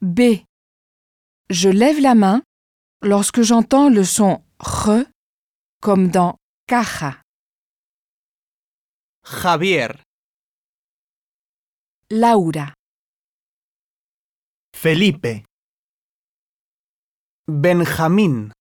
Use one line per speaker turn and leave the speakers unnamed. B. Je lève la main lorsque j'entends le son R comme dans caja.
Javier,
Laura,
Felipe, Benjamín,